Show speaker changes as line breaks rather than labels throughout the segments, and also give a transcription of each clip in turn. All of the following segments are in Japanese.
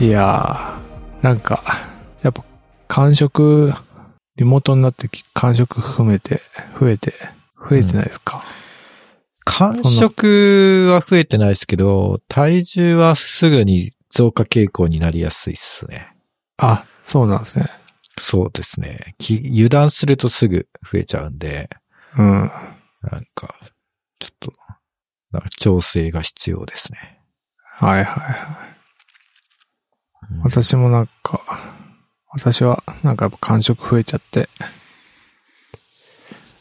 いやー、なんか、やっぱ、感触、リモートになってき感触含めて、増えて、増えてないですか、
感触は増えてないですけど、体重はすぐに増加傾向になりやすいっすね。
あ、そうなんですね。
そうですね。き油断するとすぐ増えちゃうんで、
うん。
なんか、ちょっと、なんか調整が必要ですね。
はいはいはい。
うん
私もなんか、私はなんかやっぱ感触増えちゃって、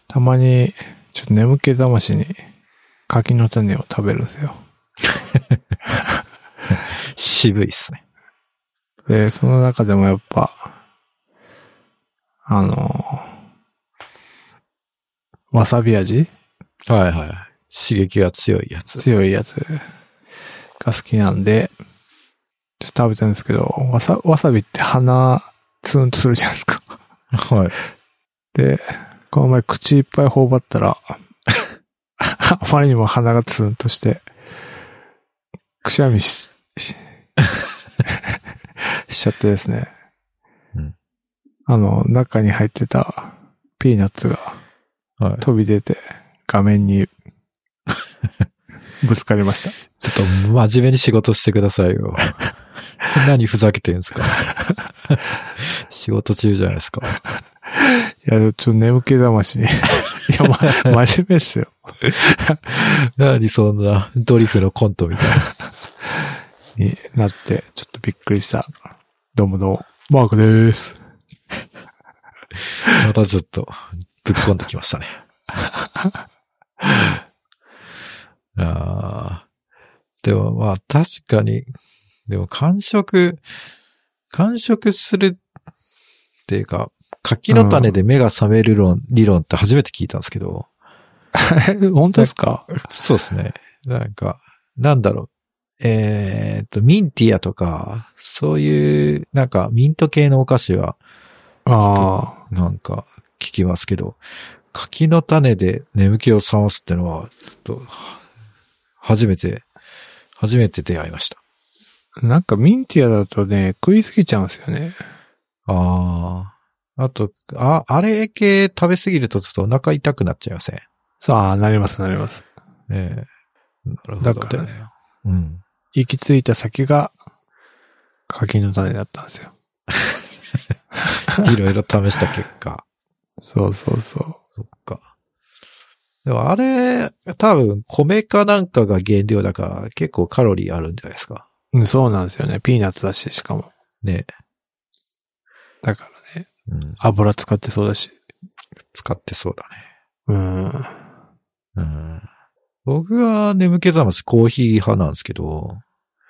たまにちょっと眠気覚ましに柿の種を食べるんですよ。
渋いっすね。
で、その中でもやっぱ、あの、わさび味
はいはい。刺激が強いやつ。
強いやつが好きなんで、ちょっと食べたんですけど、わさ、わさびって鼻ツンとするじゃないですか。
はい。
で、この前口いっぱい頬張ったら、あまりにも鼻がツンとして、くしゃみし、 ししちゃってですね。
うん
あの、中に入ってたピーナッツが
はい。
飛び出て画面 にぶつかりました。
ちょっと真面目に仕事してくださいよ。 何ふざけてるんですか 仕事中じゃないですか。
いや、ちょっと眠気覚ま しに。いや、ま、真面目っすよ。
何そんなドリフのコントみたいな。
になって、ちょっとびっくりした。どうもどうも。マークでーす。
またちょっとぶっ込んできましたね。 ああ。でもまあ確かに、でも完食、完食するっていうか、柿の種で目が覚める論、理論って初めて聞いたんですけど、
え本当ですか
そうですね。なんか、なんだろう。えーっと、ミンティアとか、そういう、なんか、ミント系のお菓子は、
あ
なんか、聞きますけど、柿の種で眠気を覚ますってのは、ちょっと、初めて、初めて出会いました。
あ。なんかミンティアだとね、食いすぎちゃうんですよね。
ああ。あと、あ、あれ系食べ過ぎるとちょっとお腹痛くなっちゃいません。ね
さあ、なりますなります。
ええ。なるほ
だ
ど。
からね、
うん。
行き着いた先が、柿の種だったんですよ。
いろいろ試した結果。
そうそうそ
そっか。でもあれ、多分米かなんかが原料だから結構カロリーあるんじゃないですか。
う。うんそうなんですよね。ピーナッツだし、しかも。
ね。
だからね、
うん。
油使ってそうだし。
使ってそうだ
うん。
ね。うん。僕は眠気覚ましコーヒー派なんですけど、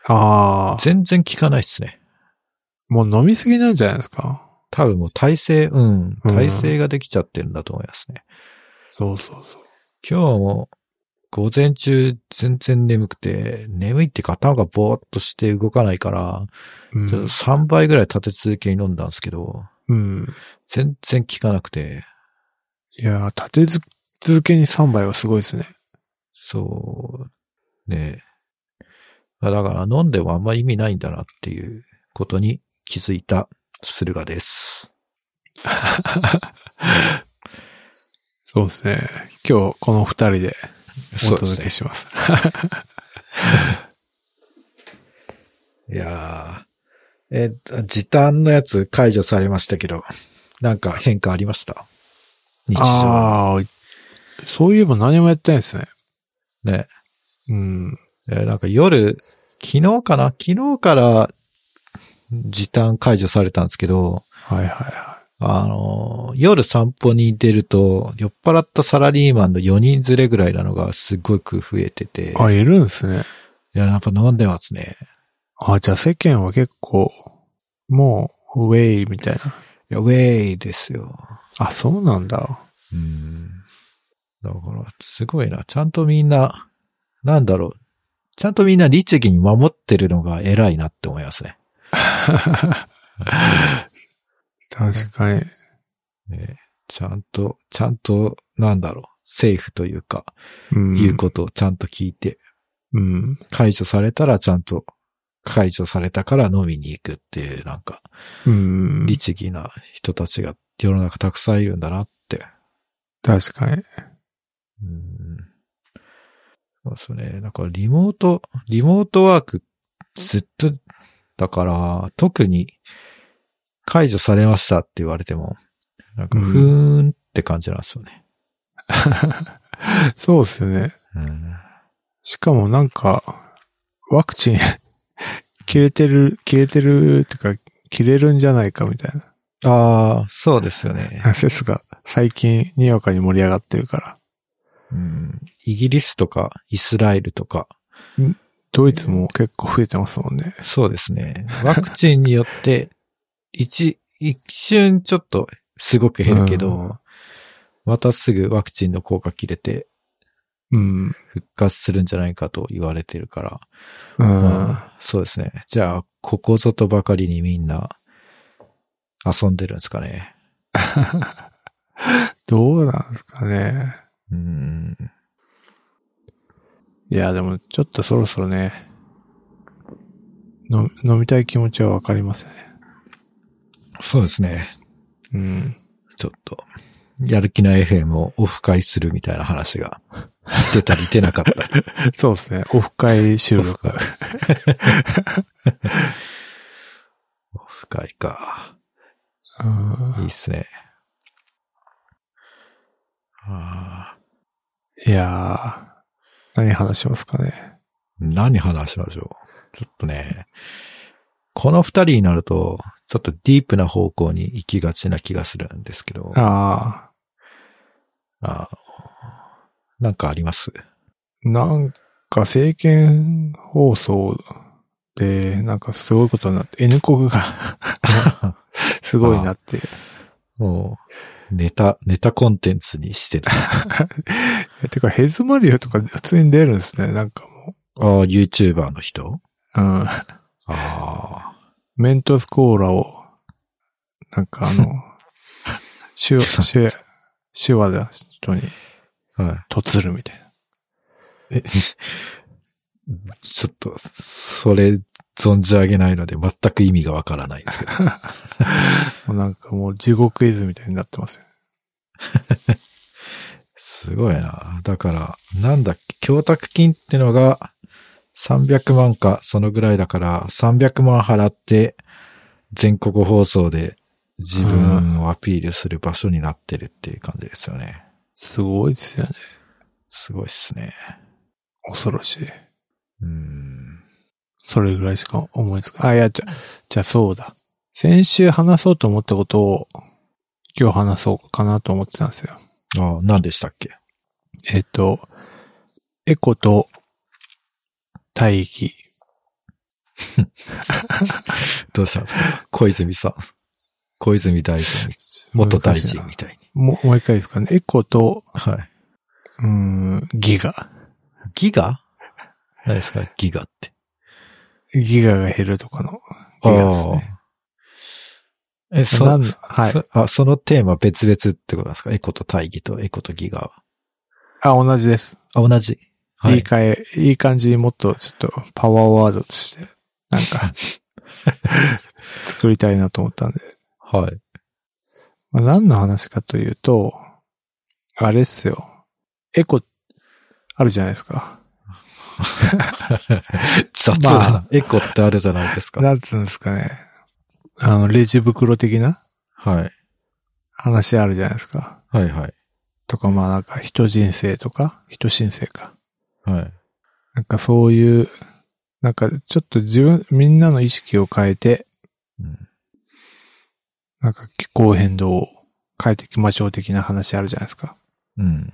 ああ、
全然効かないっすね。
もう飲みすぎなんじゃないですか
多分もう体勢、うん。
うん
体勢ができちゃってるんだと思いますね。
そうそうそう。
今日も午前中全然眠くて、眠いっていうか頭がぼーっとして動かないから、
うん
ちょっと3倍ぐらい立て続けに飲んだんですけど、
うん。
全然効かなくて、
いやー、立てず続けに3杯はすごいですね。
そう、ねえ。あだから飲んでもあんま意味ないんだなっていうことに気づいた駿河です。
そうですね。今日、この2人でお
そう
届
ですね
け。します。
いやーえっと、時短のやつ解除されましたけど、なんか変化ありました日常。
ああ、そういえば何もやってないですね。
ね
うん。
えーなんか夜、昨日かな昨日から時短解除されたんですけど、
はいはいは
あの、夜散歩に出ると、酔っ払ったサラリーマンの4人連れぐらいなのがすごく増えてて、
い。あ、いるんですね。
いや、やっぱ飲んでますね。
あ、じゃあ世間は結構、もう、ウェイみたいな。
いや、ウェイですよ。
あ、そうなんだ。
うん。だから、すごいな。ちゃんとみんな、なんだろう。ちゃんとみんな律儀に守ってるのが偉いなって思いますね。
確かに。
ねちゃんと、ちゃんと、なんだろう。セーフというか、
うん。
言うことをちゃんと聞いて、
うん。
解除されたらちゃんと解除されたから飲みに行くっていう、なんか、
うん。
律儀な人たちが世の中たくさんいるんだなって。
確かに。
うん。まあ、そうね。なんか、リモート、リモートワーク、ずっと、だから、特に、解除されましたって言われても、なんか、
うん
ふーんって感じなんですよね。
そうですよね。
うん。
しかもなんか、ワクチン、 切れてる、切れてる、ってか、切れるんじゃないかみたいな
ああ、そうですよね。
説が最近にわかに盛り上がってるから。
うん。イギリスとか、イスラエルとか、
ドイツも結構増えてますもんね。
そうですね。ワクチンによって、一、一瞬ちょっとすごく減るけど、
うん
またすぐワクチンの効果切れて
うん。
復活するんじゃないかと言われてるか
う
ら、
ん。
まあそうですね。じゃあ、ここぞとばかりにみんな遊んでるんですかね。
どうなんですかね。
うん。
いや、でも、ちょっとそろそろね、の飲みたい気持ちはわかりますね。
そうですね。
うん。
ちょっと、やる気ない FM をオフ会するみたいな話 が出たり出なかったり。
そうですね。オフ会収録。
オフ会か。
うん
いいっすね。あ
い
あ、
やー、何話しますかね。
何話しましょう。ちょっとね、この二人になると、ちょっとディープな方向に行きがちな気がするんですけど、あ
あ
あなんかあります
ー、なんか政見放送で、なんかすごいことになって、N 国が すごいなって、
もう、ネタ、ネタコンテンツにしてる。
えてか、ヘズマリオとか普通に出るんですね。なんかも
ああ、YouTuber の人
う、うん、
ああ、
メントスコーラを、なんかあ の、手話、手話、手話だ人に
は
突るみたいな。
い。 えちょっと、それ、存じ上げないので、全く意味がわからないんですけど。
もうなんかもう地獄絵図みたいになってますよ。
すごいな。だから、なんだっけ、供託金ってのが300万か、そのぐらいだから、300万払って、全国放送で自分をアピールする場所になってるっていう感じですよね。
すごいですよね。
すごいっすね。
恐ろしい。
うん。
それぐらいしか思いつか。あ、いや、じゃ、じゃあそうだ。先週話そうと思ったことを、今日話そうかなと思ってたんですよ。
ああ、何でしたっけ
えっ、と、エコと、大義。
どうしたんですか小泉さん。小泉大臣、元大臣みたいに。
もう、もう一回ですかね。エコと、
はい。
うーん、ギガ。
ギガ何ですかギガって。
ギガが減るとかの
あ
ギガですね。
あ。え、そ
なんはい。
そあ、そのテーマ別々ってことなんですかエコと大義とエコとギガは。
あ、同じです。、
あ、同じ。はい
い
い。
かえ、いい感じにもっとちょっとパワーワードとして、なん か、作りたいなと思ったんで。
はい。
まあ、何の話かというと、あれっすよ。エコ、あるじゃないですか。
雑だな、
まあ
エコってあるじゃ ないですか。
なんつうんですかね。あの、レジ袋的な
はい。
話あるじゃないですか。
はいはい。
とか、まあなんか、人人生とか、人人生か。
はい。
なんかそういう、なんかちょっと自分、みんなの意識を変えて、
うん
なんか気候変動を変えていきましょう的な話あるじゃないですか。
うん。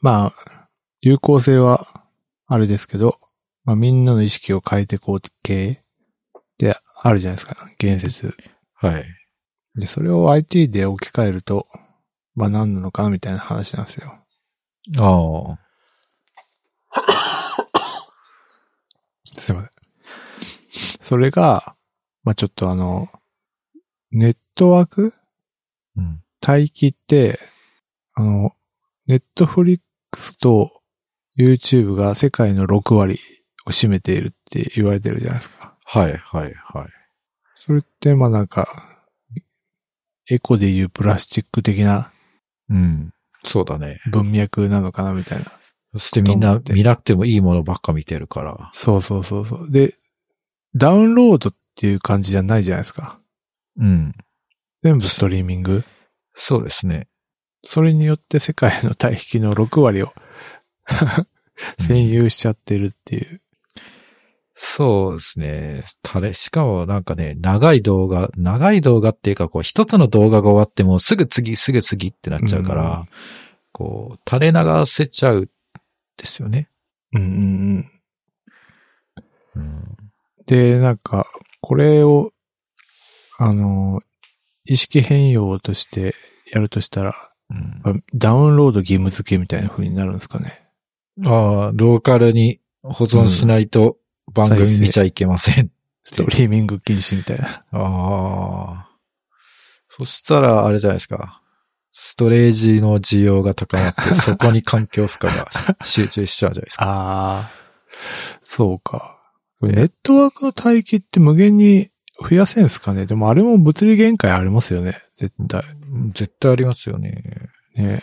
まあ、有効性はあれですけど、まあみんなの意識を変えていこう系であるじゃないですか、言説。
はい。
で、それを IT で置き換えると、まあ何なのかなみたいな話なんですよ。
ああ。
すいません。それが、まあちょっとあの、ネットワーク
うん。
待機って、あの、ネットフリックスと YouTube が世界の6割を占めているって言われてるじゃないですか。
はい、はい、はい。
それって、まあなんか、エコでいうプラスチック的な
うん。そうだね。
文脈なのかなみたいな。
そしてみん
と思
な
って
見なくてもいいものばっか見てるから。
そうそうそうそう。で、ダウンロードっていう感じじゃないじゃないですか。
うん。
全部ストリーミング。
そうですね。
それによって世界の大比の6割を占有しちゃってるっていう。
そうですね。たれ、しかもなんかね、長い動画、長い動画っていうか、こう、一つの動画が終わっても、すぐ次、すぐ次ってなっちゃうから、
うん
こう、垂れ流せちゃうんですよね。
うんうんうん。
うん。
で、なんか、これを、あの、意識変容としてやるとしたら、
うん
やっぱダウンロード義務付けみたいな風になるんですかね。
ああ、ローカルに保存しないと番組見ちゃいけません。
ストリーミング禁止みたいな。
ああ。そしたら、あれじゃないですか。ストレージの需要が高まって、そこに環境負荷が集中しちゃうじゃないですか。
ああ、そうか。ネットワークの帯域って無限に増やせんすかねでもあれも物理限界ありますよね。絶対。
うん 絶対ありますよね。
ね。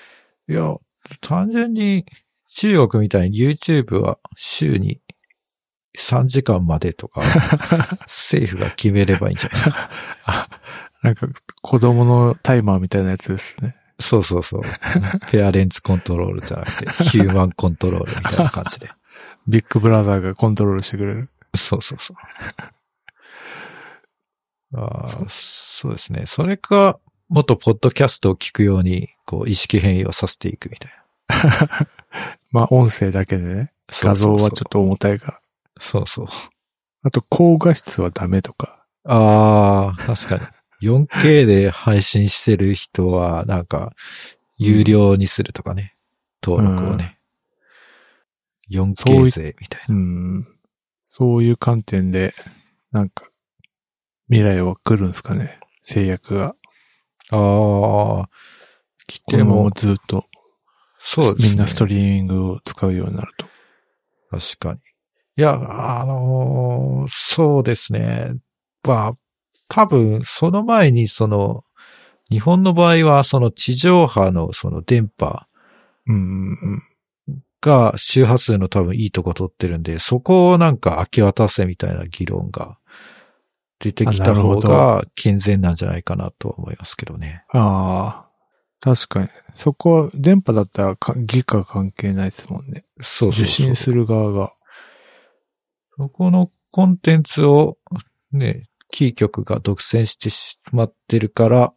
いや、単純に中国みたいに YouTube は週に3時間までと か、政府が決めればいいんじゃないですか。
あ、なんか子供のタイマーみたいなやつですね。
そうそうそう。ペアレンツコントロールじゃなくて、ヒューマンコントロールみたいな感 じで。
ビッグブラザーがコントロールしてくれる。
そうそうそう。あーそうですね。それか、もっとポッドキャストを聞くように、こう、意識変容させていくみたいな。
まあ音声だけでね。画像はちょっと重たいから。
そうそう。
あと高画質はダメとか。
ああ、確かに。4K で配信してる人は、なんか、有料にするとかね。登録をね。
そうい
4K 税みたい
うん。そういう観点で、なんか、未来は来るんですかね。制約が。
な。ああ、来
こ
て
のま
も
ま、ずっと、
そうですね。
みんなストリーミングを使うようになると。
確かに。いや、あのーそうですね。まあ、多分、その前に、その、日本の場合は、その地上波のその電波
うんうんうん。
が周波数の多分いいとこ取ってるんで、そこをなんか明け渡せみたいな議論が出てき
あな
た
るほ
方
ど
が健全なんじゃないかなとは思いますけどね。
ああ。確かに。そこは、電波だったらかギガ関係ないですもんね。
そうそうそ
受
う
信する側が。
そこのコンテンツをね、キー局が独占してしまってるから、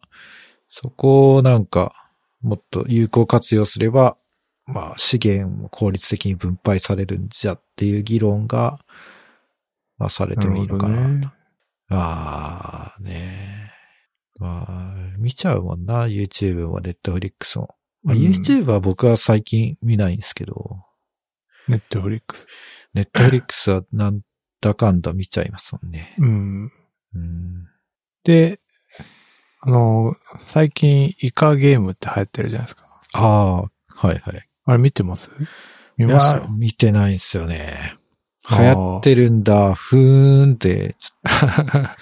そこをなんかもっと有効活用すれば、まあ資源も効率的に分配されるんじゃっていう議論が、まあされてもいいのかなと。
なるほどね
ああ、ねえまあ、見ちゃうもんな、YouTube も Netflix も。まあ、
うん
YouTube は僕は最近見ないんですけど、
ネットフリックス。
Netflix はなんだかんだ見ちゃいますもんね。
うん。
うん。
で、あの、最近イカゲームって流行ってるじゃないですか。
ああ、はいはい。
あれ見てます見
い
ます
や
よ、。
見てないんすよね。
あ
流
ー
行ってるんだ、ふーんって、ちょっ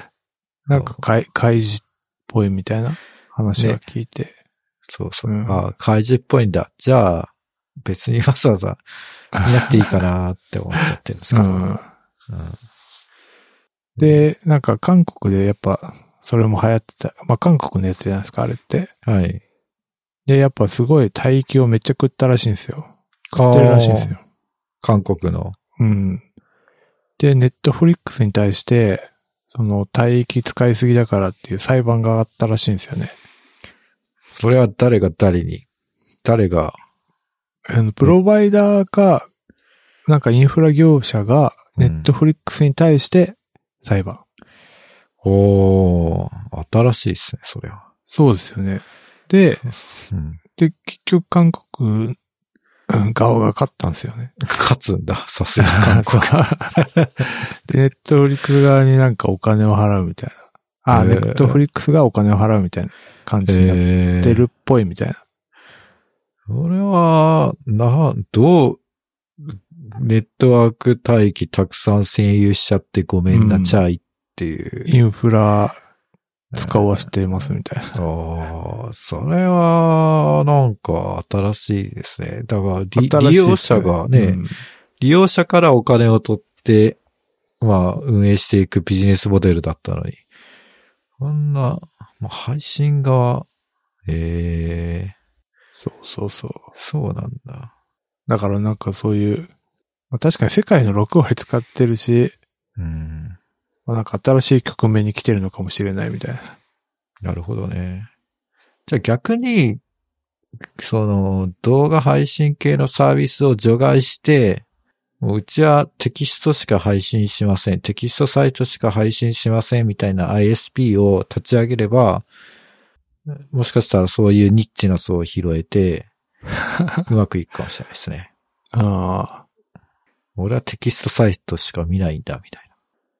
なんか怪、怪事っぽいみたいな話は聞いて。
とそうそう。
うん
ああ、怪獣っぽいんだ。じゃあ、別にわざわざ見なくていいかなって思っちゃってるんで す
う
か、
ん。で、なんか韓国でやっぱ、それも流行ってた。まあ、韓国のやつじゃないですか、あれって。
はい。
で、やっぱすごい帯域をめっちゃ食ったらしいんですよ。食ってるらしいんですよ。
韓国の。
うん。で、ネットフリックスに対して、その帯域使いすぎだからっていう裁判があったらしいんですよね。
それは誰が誰に、誰が、
あのプロバイダーか、なんかインフラ業者が、
うん
ネットフリックスに対して裁判。
おー、新しいっすね、それは。
そうですよね。で、
うん。
で、結局韓国うん側が勝ったんですよ ね。
勝つんだ、さすが 韓国。
で、ネットフリックス側になんかお金を払うみたいな。あ、
へー
ネットフリックスがお金を払うみたいな感じになっ
え
てるっぽいみたいな。
それは、な、どう、ネットワーク帯域たくさん占有しちゃってごめんなちゃいっていう。
インフラ使わせてますみたいな。
ああ、それは、なんか、新しいですね。だから
新
利、
しい
利用者がね、
うん
利用者からお金を取って、まあ、運営していくビジネスモデルだったのに、こんな、まあ、配信側、ええ
そうそうそう。
そうなんだ。
だからなんかそういう、まあ、確かに世界の6割使ってるし、
うん。
まあ、なんか新しい局面に来てるのかもしれないみたいな。
なるほどね。じゃあ逆に、その、動画配信系のサービスを除外して、もううちはテキストしか配信しません。テキストサイトしか配信しませんみたいな ISP を立ち上げれば、もしかしたらそういうニッチな層を拾え て、うまくいくかもしれないですね。
あ
俺はテキストサイトしか見ないんだ、みたい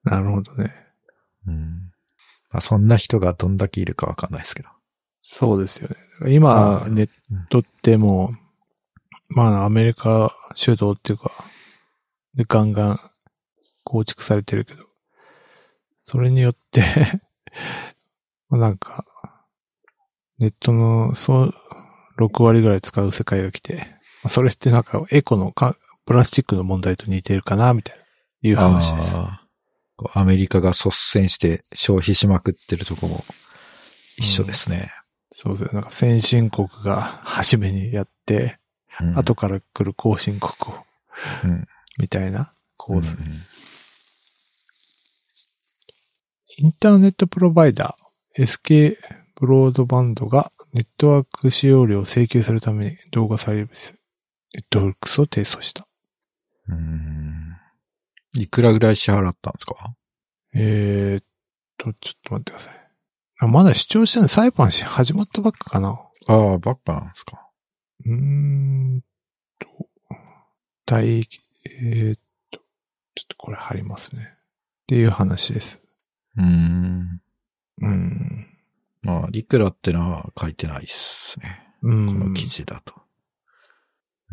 あ、なるほどね。
な。うん。まあ、そんな人がどんだけいるかわかんないですけど。
そうですよね。今、
うん
ネットってもう、まあアメリカ主導っていうか、で、ガンガン構築されてるけど、それによって、 まあなんか、ネットの、そう、6割ぐらい使う世界が来て、まあそれってなんかエコのか、プラスチックの問題と似てるかな、みたいな、いう話です。
あーこうアメリカが率先して消費しまくってるとこも一緒ですね。
そうですね。なんか先進国が初めにやって、
うん
後から来る後進国を、
うん
みたいな構図、
うん
インターネットプロバイダー SK ブロードバンドがネットワーク使用料を請求するために動画サービス Netflix を提訴した。
うんいくらぐらい支払ったんですか
えー、っと、ちょっと待ってください。あまだ主張してない。裁判し始まったばっかかな。
ああ、ばっかなんですか。
うーんと、大、えー、っと、ちょっとこれ貼りますね。っていう話です。
うん。
うん。
まあ、いくらってのは書いてないですね。
うん
この記事だと。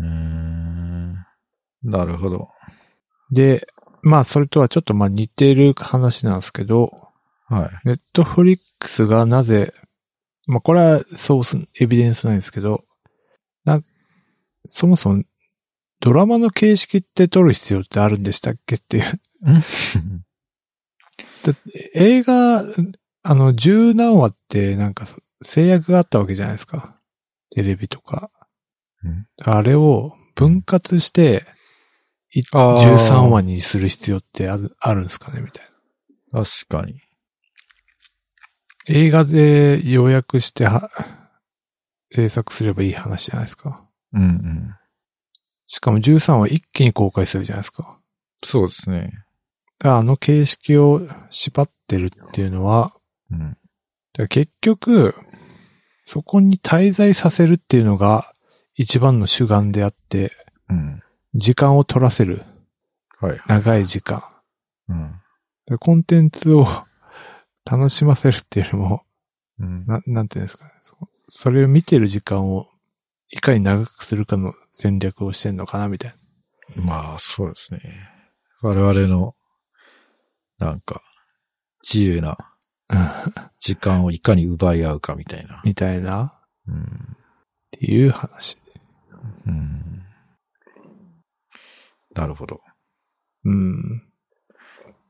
うん。なるほど。
で、まあそれとはちょっとまあ似てる話なんですけど、
はい。
ネットフリックスがなぜ、まあこれはそうす、エビデンスないんですけど、な、そもそもドラマの形式って撮る必要ってあるんでしたっけっていう。映画、あの、十何話ってなんか制約があったわけじゃないですか。テレビとか
うん。
あれを分割して、い
あー
13話にする必要ってあるあるんですかねみたいな。
確かに。
映画で予約しては、制作すればいい話じゃないですか。
うんうん。
しかも13は一気に公開するじゃないですか。
そうですね。
だからあの形式を縛ってるっていうのは、
う
だ
ん。
から結局、そこに滞在させるっていうのが一番の主眼であって、
うん。
時間を取らせる。
はい。
長い時間。
うん。
でコンテンツを楽しませるっていうよりも、
うん
な、なんていうんですかね。そそれを見てる時間をいかに長くするかの戦略をしてんのかな、みたいな。
まあ、そうですね。我々の、なんか、自由な時間をいかに奪い合うかみたいな。
みたいな、っ
うん。
ていう話。
うん。なるほど。
うん。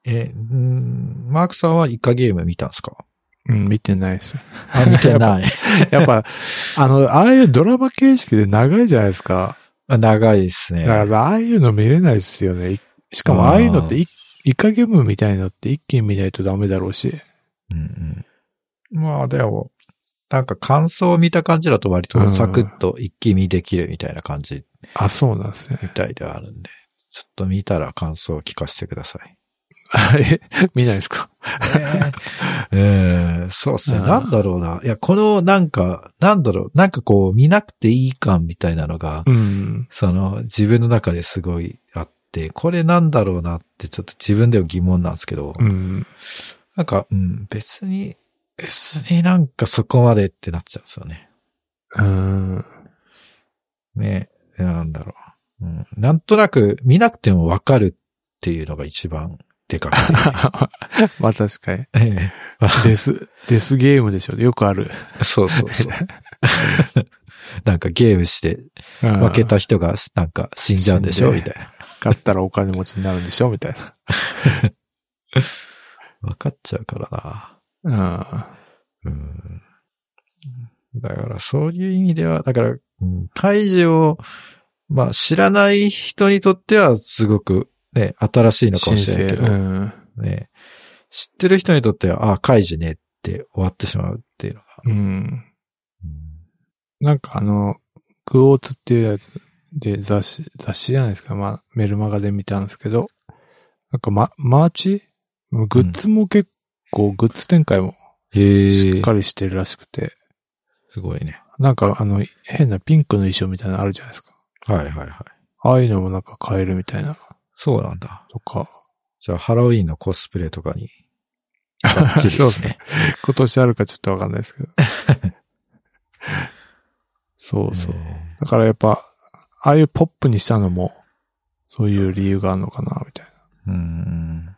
え、うんマークさんはイカゲーム見たんですか
うん、見てないです。
あ、見てない。
やっぱ、 あの、ああいうドラマ形式で長いじゃないですか。
あ長いですね。
だから、ああいうの見れないですよね。いしかも、
あー
ああいうのってい、イカゲームみたいのって一気に見ないとダメだろうし。
うんうん、まあ、でも、なんか感想を見た感じだと割とサクッと一気見できるみたいな感じ
あ、そうなんです
み
ね。
たいではあるんで、ちょっと見たら感想を聞かせてください。
はい。見ないですか。
え えそうっすね。
うん
なんだろうな。いや、このなんか、なんだろう。なんかこう、見なくていい感みたいなのが、
うん。
その、自分の中ですごいあって、これなんだろうなって、ちょっと自分でも疑問なんですけど、
うん。
なんか、うん、別に、別になんかそこまでってなっちゃうんですよね。
うん。
ねなんだろう。うん。なんとなく見なくてもわかるっていうのが一番で かく
まあ確かに。
て。ええ
デス、デスゲームでしょ。よくある。
そうそうそう。なんかゲームして
負
負け。た人がなんか死んじゃうんでしょ
死
み
んで
たいな。
勝ったらお金持ちになるんでしょみたい
わかっちゃうからな。
な。
うんだからそういう意味では、だから、うん、解除を、まあ知らない人にとってはすごくね、新しい
うん。
のかもしれないけど、
うん。
ね、知ってる人にとっては、ああ、解除ねって終わってしまうっていうのが。
うん。なんかあの、クオーツっていうやつで雑誌、雑誌じゃないですか。まあ、メルマガで見たんですけど、なんかま、マーチグッズも結構、グッズ展開も
へ
しっかりしてるらしくて、
すごいね。
なんかあの、変なピンクの衣装みたいなのあるじゃないですか。
はいはいはい。
ああいうのもなんか買えるみたいな、
そうなんだ。
とか。
じゃあハロウィンのコスプレとかに。バッチリ
そう
で
ですす
ね
ね。今年あるかちょっとわかんないですけど。 そうそう。
ね
だからやっぱ、ああいうポップにしたのも、そういう理由があるのかな、みたいな。
うん。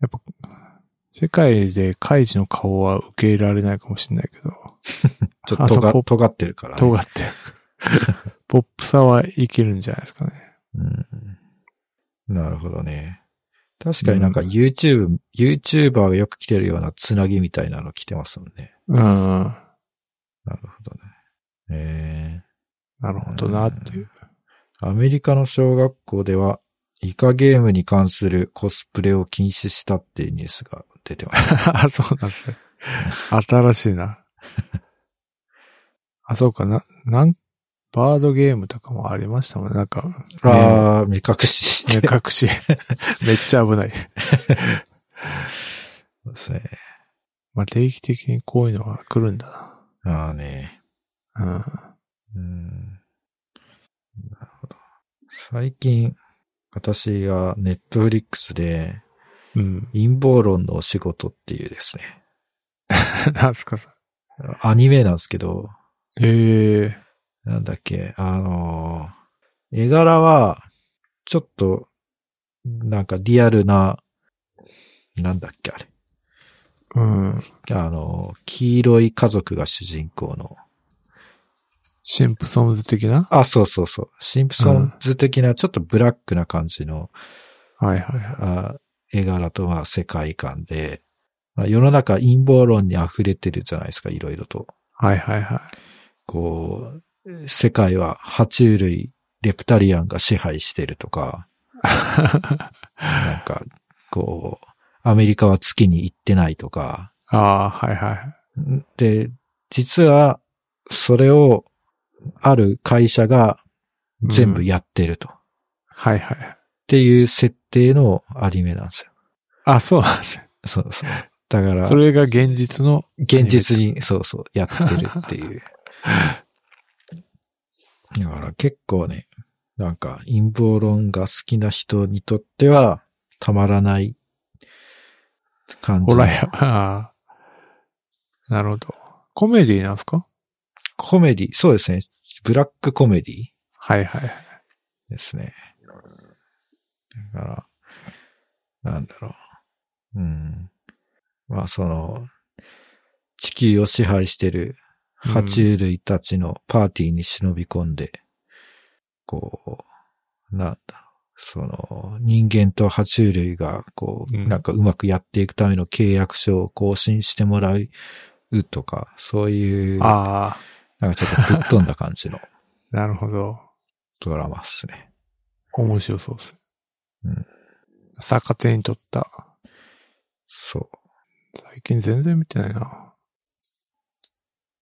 やっぱ、世界でカイジの顔は受け入れられないかもしれないけど、
ちょっと
あそ
尖
こ
尖ってるから、ね。
尖ってる。ポップさはいけるんじゃないですかね。
うんなるほどね。確かになんか YouTube、YouTuber がよく着てるようなつなぎみたいなの着てますもんね。
うん。な
なるほどね。え
るほどな、っていう。
ー、アメリカの小学校では、イカゲームに関するコスプレを禁止したっていうニュースが出てます。
あ、そうなんですね。新しいな。あ、そうかな、なん、バードゲームとかもありましたもんね。なんか、
あー、目隠し
目
して
隠し。めっちゃ危ない。
ますね。
まあ、定期的にこういうのが来るんだ
ああね。
な。うん。
うん。なるほど。最近、私がネットフリックスで、
うん。
陰謀論のお仕事っていうですね。
なんすかさ。
アニメなんですけど、
ええ
なんだっけ、あのー絵柄は、ちょっと、なんかリアルな、なんだっけあれ。
うん。
あのー黄色い家族が主人公の、
シンプソンズ的な
あ、そうそうそう、シンプソンズ的なちょっとブラックな感じの、
はいはいは
あ絵柄とまあ世界観で、まあ、世の中陰謀論に溢れてるじゃないですか、いろいろと。
い。はいはいはい。
こう、世界は爬虫類、レプタリアンが支配してるとか、なんか、こう、アメリカは月に行ってないとか、
ああ、はいはい。
んで、実は、それを、ある会社が全部やってると。っ
はいはい。
ていう設定のアニメなんですよ。
あ、そうなんですね。
そうそう。だから、
それが現実の、
現実に、そうそう、やってるって いう。だから結構ね、なんか陰謀論が好きな人にとっては、たまらない感じ
ほ
の
ら や、ああ。なるほど。コメディなんですか
コメディ、そうですね。ブラックコメディ
はいはいはい。
ですね。だから、なんだろう。うん。まあその、地球を支配してる爬虫類たちのパーティーに忍び込んで、こう、なんだろう、その、人間と爬虫類が、こう、
うん
なんかうまくやっていくための契約書を更新してもらうとか、そういう、なん
ああ、
かちょっとぶっ飛んだ感じの
なるほど。
ドラマっすね。
面白そうです。
うん。
逆手に取った。
そう。
最近全然見てないな。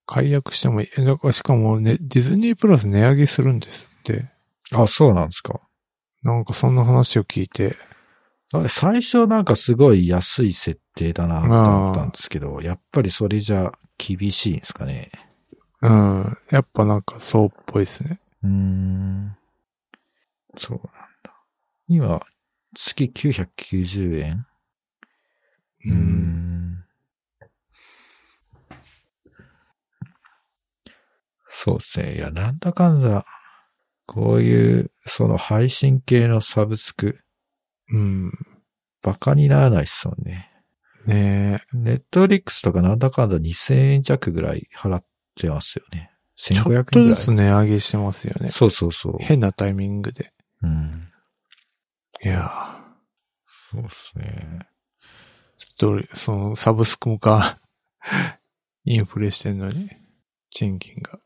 解約してもいい。え、だからしかもね、ディズニープラス値上げするんですって。
あ、そうなんですか。
なんかそんな話を聞いて。
あれ最初なんかすごい安い設定だなと思ったんですけど、やっぱりそれじゃ厳しいんですかね。
うん。やっぱなんかそうっぽいですね。
うーん。そうなんだ。今、月990円
うん
ん。そうですね。いや、なんだかんだ、こういうその配信系のサブスク、
うん。
バカにならないっすもんね。
ね
ネットフリックスとかなんだかんだ2000円弱ぐらい払ってますよね。
え。ちょ
1500
っ
円
と
ぐ
ず
らい。
つ値上げしてますよね。
そうそうそう。
変なタイミングで。
うん。
いや
そうっすね。
ーちょっと、その、サブスクもか、 インフレしてんのに、賃金が。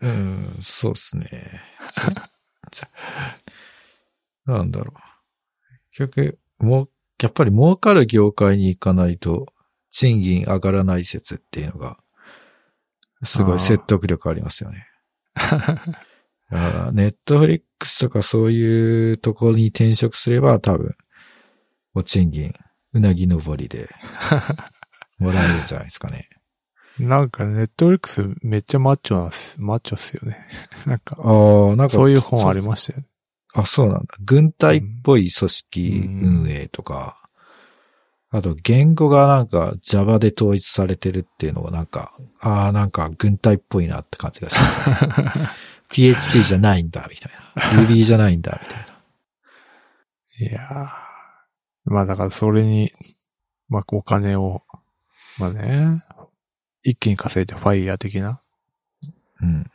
うん、そうっすね。ちょちょなんだろう。結局、もう、やっぱり儲かる業界に行かないと、賃金上がらない説っていうのが、すごい説得力あります よね。だから、ネットフリックスとかそういうところに転職すれば、多分、お賃金、うなぎ登りで、もらえるんじゃないですか ね。
なんか、ネットフリックスめっちゃマッチョなんす。マッチョっすよね。 なんか、
ああ、なんか、
そういう本ありましたよね。
あ、そうなんだ。軍隊っぽい組織
うん
運営とか、あと言語がなんか Java で統一されてるっていうのがなんか、ああ、なんか軍隊っぽいなって感じがします、ね。PHP じゃないんだ、みたいな。Ruby じゃないんだ、みたいな。
いやーまあだからそれに、まあお金を、まあね、一気に稼いでファイヤー的な。
うん。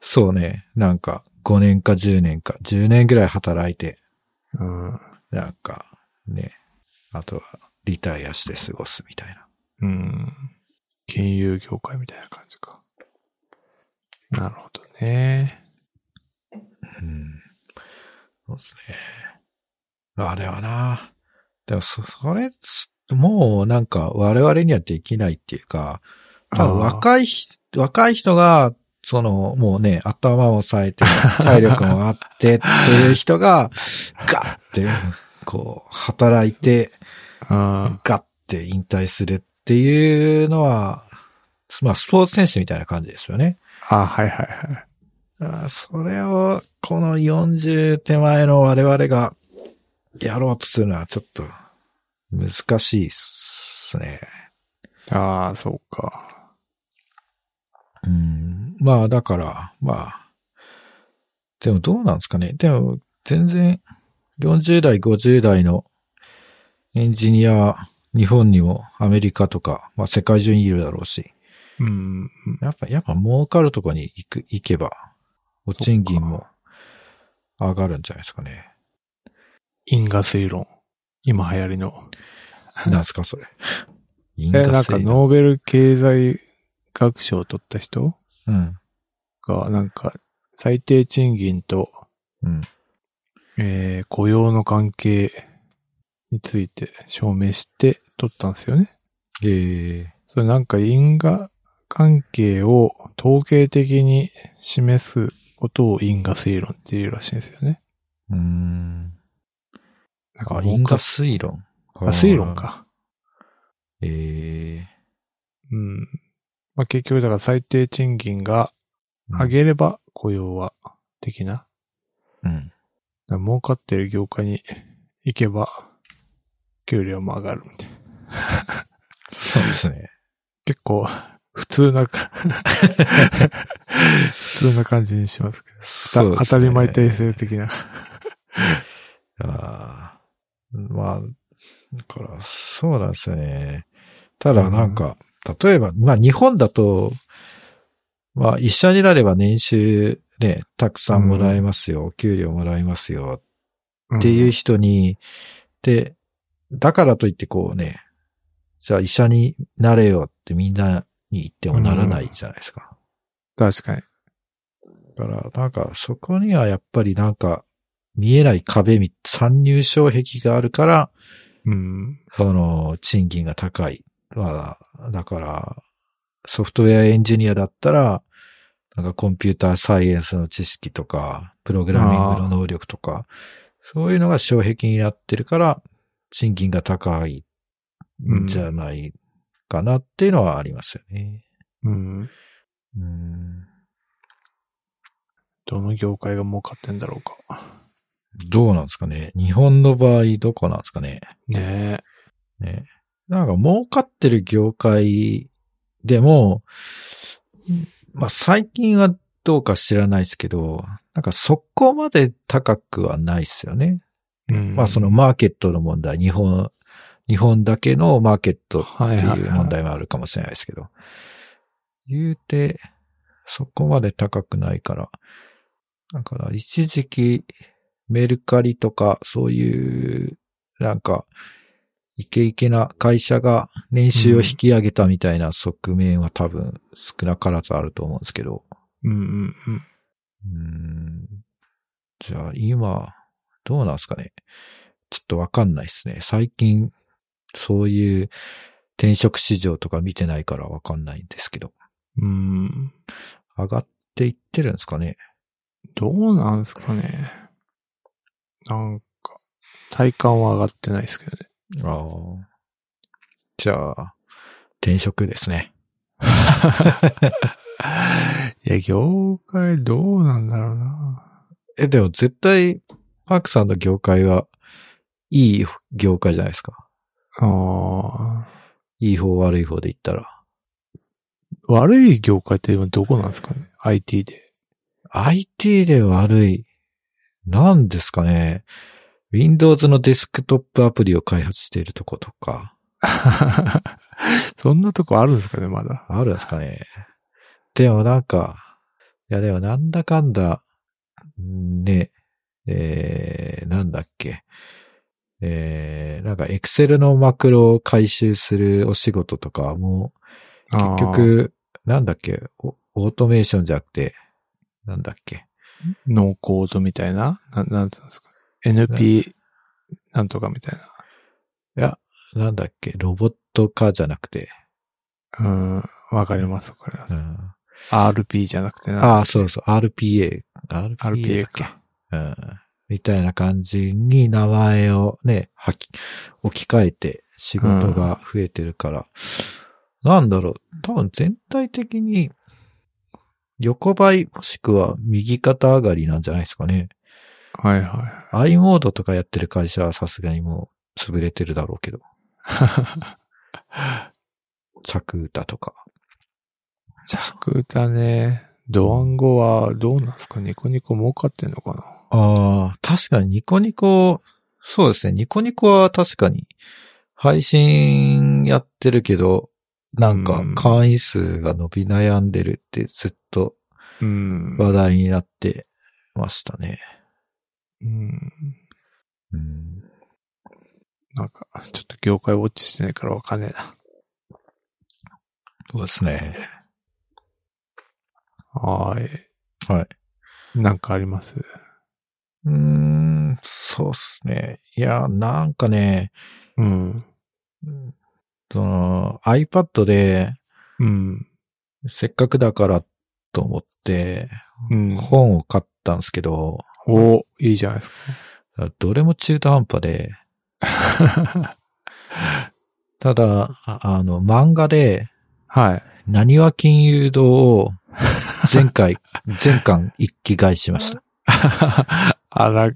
そうね。なんか5年か10年か、10年ぐらい働いて、
うん。
なんかね、あとはリタイアして過ごすみたいな。
うん。金融業界みたいな感じか。なるほどね。
うん。そうですね。まあでもな。でもそ、それ、すもうなんか我々にはできないっていうか、多分
い。
若い人、若い人が、その、もうね、頭を冴えて、体力もあってっていう人が、ガッて、こう、働いて、
うん。
ガッて引退するっていうのは、まあ、スポーツ選手みたいな感じですよね。
あ、はいはいはい。
あーそれを、この40手前の我々が、やろうとするのはちょっと、難しいっすね。
ああ、そうか。
うん。まあ、だから、まあ、でもどうなんですかね。でも、全然、40代、50代のエンジニア、日本にもアメリカとか、まあ世界中にいるだろうし、
うん。
やっぱ、やっぱ儲かるとこに行く、行けば、お賃金
そっ
も上がるんじゃないですかね。
因果推論。今流行りの。
なんすか、それ。因
え、
果
なん
推
か
理
ノーベル経済学賞を取った人
うん。
が、なんか、最低賃金と、
うん。
えー雇用の関係について証明して取ったんですよね。
ええ
それなんか因果関係を統計的に示すことを因果推論っていうらしいんですよね。
うーん。
なんか
あ、
儲
因
か
果
っ
推論。あ
あ推論。か。
ええ
うん。まあ、結局だから最低賃金が上げれば雇用は的な。
うん。
だから儲かってる業界に行けば給料も上がるみたいな。
そうです ね。
結構、普通なか、普通な感じにしますけど。
そうですね
当たり前体制的な。
ああ。まあ、だから、そうなんですよね。ただ、なんか、例えば、まあ、日本だと、まあ、一社になれば年収ね、たくさんもらえますよ、お給料もらえますよっていう人に、で、だからといってこうね、じゃあ医者になれよってみんなに言ってもならないじゃないですか。
確かに。
だから、なんかそこにはやっぱりなんか見えない壁み、参入障壁があるから、
うん。
その、賃金が高い。まあ、だから、ソフトウェアエンジニアだったら、なんかコンピューターサイエンスの知識とか、プログラミングの能力とか、そういうのが障壁になってるから、賃金が高いんじゃないかなっていうのはありますよね。
うん。
うん、
どの業界が儲かってんだろうか。
どうなんですかね。日本の場合どこなんですかね。
ね
ね。なんか儲かってる業界でも、まあ最近はどうか知らないですけど、なんかそこまで高くはないですよね。
うん
まあその、マーケットの問題、日本、日本だけのマーケットって
はいはいいうはい
問題もあるかもしれないですけど。言うて、そこまで高くないから。だから一時期、メルカリとか、そういう、なんか、イケイケな会社が年収を引き上げたみたいな側面は多分少なからずあると思うんですけど。
うんうんうん。
うーんじゃあ今、どうなんですかね。ちょっとわかんないですね。最近、そういう転職市場とか見てないからわかんないんですけど。
うん。
上がっていってるんですかね。
どうなんすかね。なんか、体感は上がってないですけど ね。
ああ。じゃあ、転職ですね。
いや、業界どうなんだろうな。
え、でも絶対、マークさんの業界は、いい業界じゃないですか。
ああ。
いい方悪い方で言ったら。
悪い業界って今どこなんですかね ?IT で。
IT で悪い。なんですかね。Windows のデスクトップアプリを開発しているとことか、
そんなとこあるんですかね、まだ。
あるんですかね。でもなんか、いやでもなんだかんだ、ね、えー、なんだっけ。えー、なんか Excel のマクロを回収するお仕事とかも、結局、なんだっけ、オオートメーションじゃなくて、なんだっけ。
ノーコードみたいな、ななんつうんですか。NP、なんとかみたい
なんだっけ、ロボット化じゃなくて、
な。うん。わかります、わかりま
う
す。
ん
RP じゃなくてな。
ああ、そうそう、RPA。RPA だ
RPA
っけ
か。
うん。みたいな感じに名前をね、はき、置き換えて仕事が増えてるから、なんだろう、多分全体的に横ばいもしくは右肩上がりなんじゃないですかね。
はいは
i モードとかやってる会社はさすがにもう潰れてるだろうけど、着歌とか。
い。着歌ね。ドワンゴはどうなんですかニコニコ儲かってんのかな
ああ、確かにニコニコ、そうですね。ニコニコは確かに配信やってるけど、なんか
うん
会員数が伸び悩んでるってずっと
うん。
話題になってましたね。
うん。
うん、
なんか、ちょっと業界ウォッチしてないからわかんねえな。
そうですね。
はーい。
はい。
なんかあります
うーん、そうですね。いや、なんかね、
うん。
うんその iPad で
うん。
せっかくだからと思って
うん。
本を買ったんですけど、
お、いいじゃないです
どれも中途半端で、
か。
ただ、ああの、漫画で、
はい。
何は金融堂を、前回、前巻一気買いしました。
あら、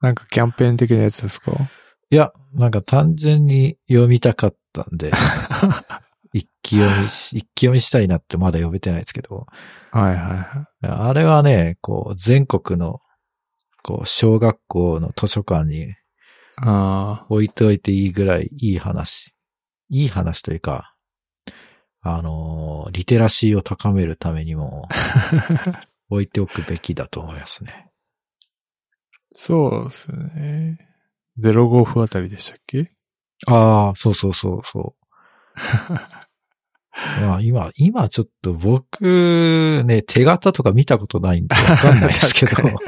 なんかキャンペーン的なやつですか
いや、なんか単純に読みたかったんで、一気読みし、一気読みしたいなってまだ読めてないですけど、
はいはいは
あれはね、こう、全国の、こう、小学校の図書館に
い。あ
置いといていいぐらいいい話、いい話というか、あのーリテラシーを高めるために も、
あ。
置いておくべきだと思いますね。
そうですね。05分あたりでしたっけ
ああ、そうそうそうそう。 まあ今、今ちょっと僕、ね、手形とか見たことないんでわかんないですけど、
確か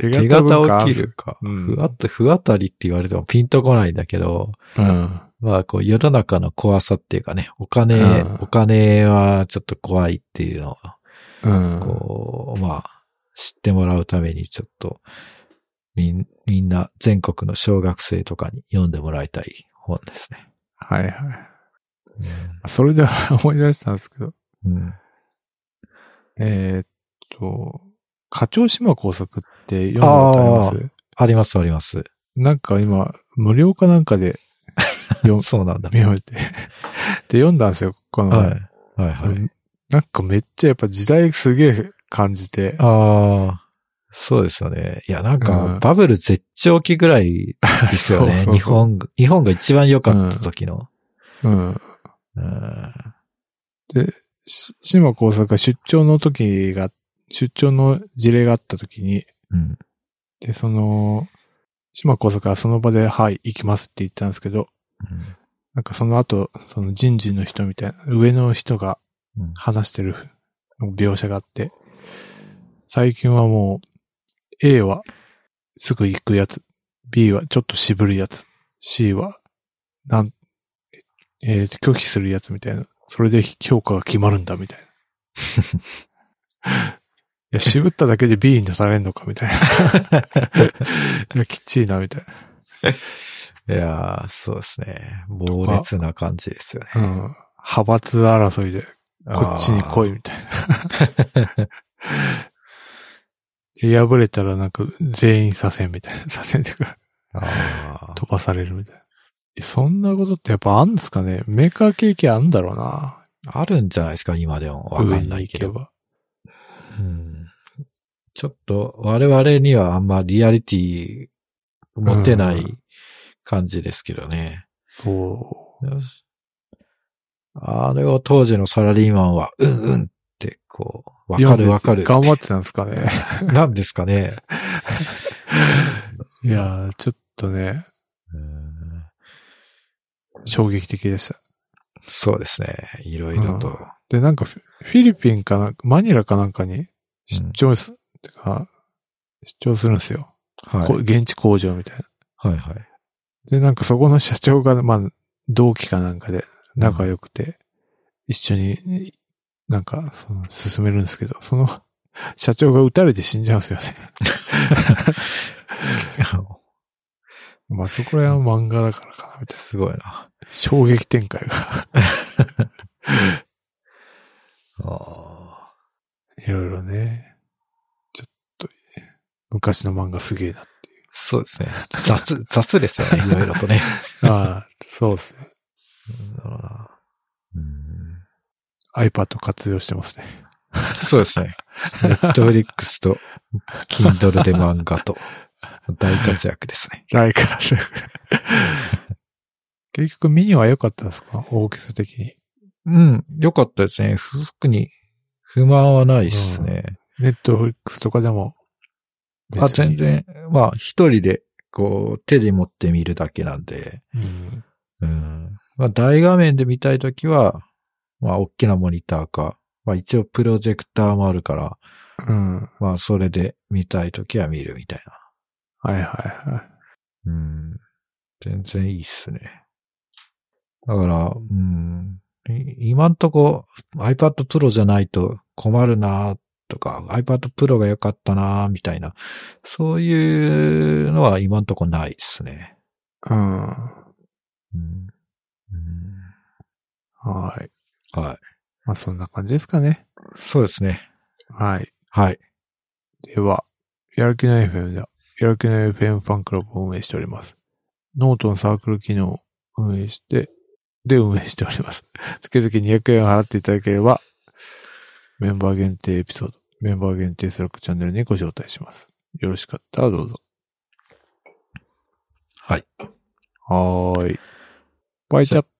手
手形を切る。か、
うん
ふわっと不当たりって言われてもピンとこないんだけど、
うん。
まあこう世の中の怖さっていうかね、お金、
うん
お金はちょっと怖いっていうのを、
うん。
こう、まあ、知ってもらうためにちょっと、みん、みんな全国の小学生とかに読んでもらいたい本ですね。
はいはい。それで思い出したんですけど、
うん。
えーっと、課長島工作って読んだことあります
あります、あります。
なんか今、無料かなんかで読
そうなんだ。
み終えて。で、読んだんですよ、この前。
はい。はい、はい。
なんかめっちゃやっぱ時代すげえ感じて、
ああ、そうですよね。いや、なん
う
か
ん、
バブル絶頂期ぐらいですよ
そうそう
ね。
そう
日本が、日本が一番良かった時の。
うん。
うん
し島工作が出張の時が、出張の事例があった時に、
うん。
で、その、島工作はその場で、はい、行きますって言ったんですけど、なんかその後、その人事の人みたいな、上の人が
うん
話してる描写があって、最近はもう、A はすぐ行くやつ、B はちょっと渋るやつ、C は、なん、えー拒否するやつみたいな。それで評価が決まるんだ、みたいな。いや、渋っただけで B に出されんのか、みたいな。いや、きっちいな、みたいな。
いやーそうですね。猛烈な感じですよね。
うん。派閥争いで、こっちに来
い。
いみたいな。で破れたらなんか全員左遷みたいな。 左遷っていうか
あー
飛ばされるみたいな。えそんなことってやっぱあんですかねメーカー経験あんだろうな。
あるんじゃないですか、今でも。わかんないけ
上
ど。
に行
うんちょっと、我々にはあんまリアリティ持てな
う
い感じですけどね。
そ
あれを当時のサラリーマンは、うんうんって、こう、わ
う。
かるわかる。
頑張ってたんですか ね。
なんですか ね。
いやー、ちょっとね、
うん
衝撃的でした。
そうですね。いろいろと。
で、なんかフィフィリピンかな、マニラかなんかに出張す、てか出張するんですよ。
はい
こう。現地工場みたいな。
はいはい。
で、なんかそこの社長が、 まあ、同期かなんかで仲良くて、一緒に、なんか、その、進めるんですけど、その、 社長が撃たれて死んじゃうんですよね。 まあ、そこら辺は漫画だからかな、みたいな。
すごいな。
衝撃展開が、
あ
いろいろね、ちょっと、昔の漫画すげえな。
そうですね。雑、 雑ですよね。いろいろとね。
ああ、そうですね。
うんなるほどなうん
iPad 活用してますね。
そうですね。ネットフリックスと、Kindle で漫画と、大活躍ですね。
ライカ ー結局、ミニは良かったですか大きさ的に。
うん。良かったですね。服に不満はないですね。
ネットフリックスとかでも。
あ、全。然、まあ、一人で、こう、手で持って見るだけなんで、
うん。
うん。まあ、大画面で見たいときは、まあ、大きなモニターか、まあ、一応プロジェクターもあるから、
うん。
まあ、それで見たいときは見るみたい
はいはいは
な。うん。全然いいっすね。だから、うん。い今んとこ iPad Pro じゃないと困るなとか、iPad Pro が良かったなみたいな、そういうのは今んとこないっすね。
い。うん。
うん。
はい。
うん、はい。
まあそんな感じですかね。
そうですね。
はい。
はい。
では、やる気ない FM では、やる気ない FM ファンクラブを運営しております。ノートのサークル機能を運営して、で運営しております。 月々200円を払っていただければ、メンバー限定エピソード、メンバー限定スラックチャンネルにご招待します。よろしかったらどうぞ。
はい。
はーい。バイチャ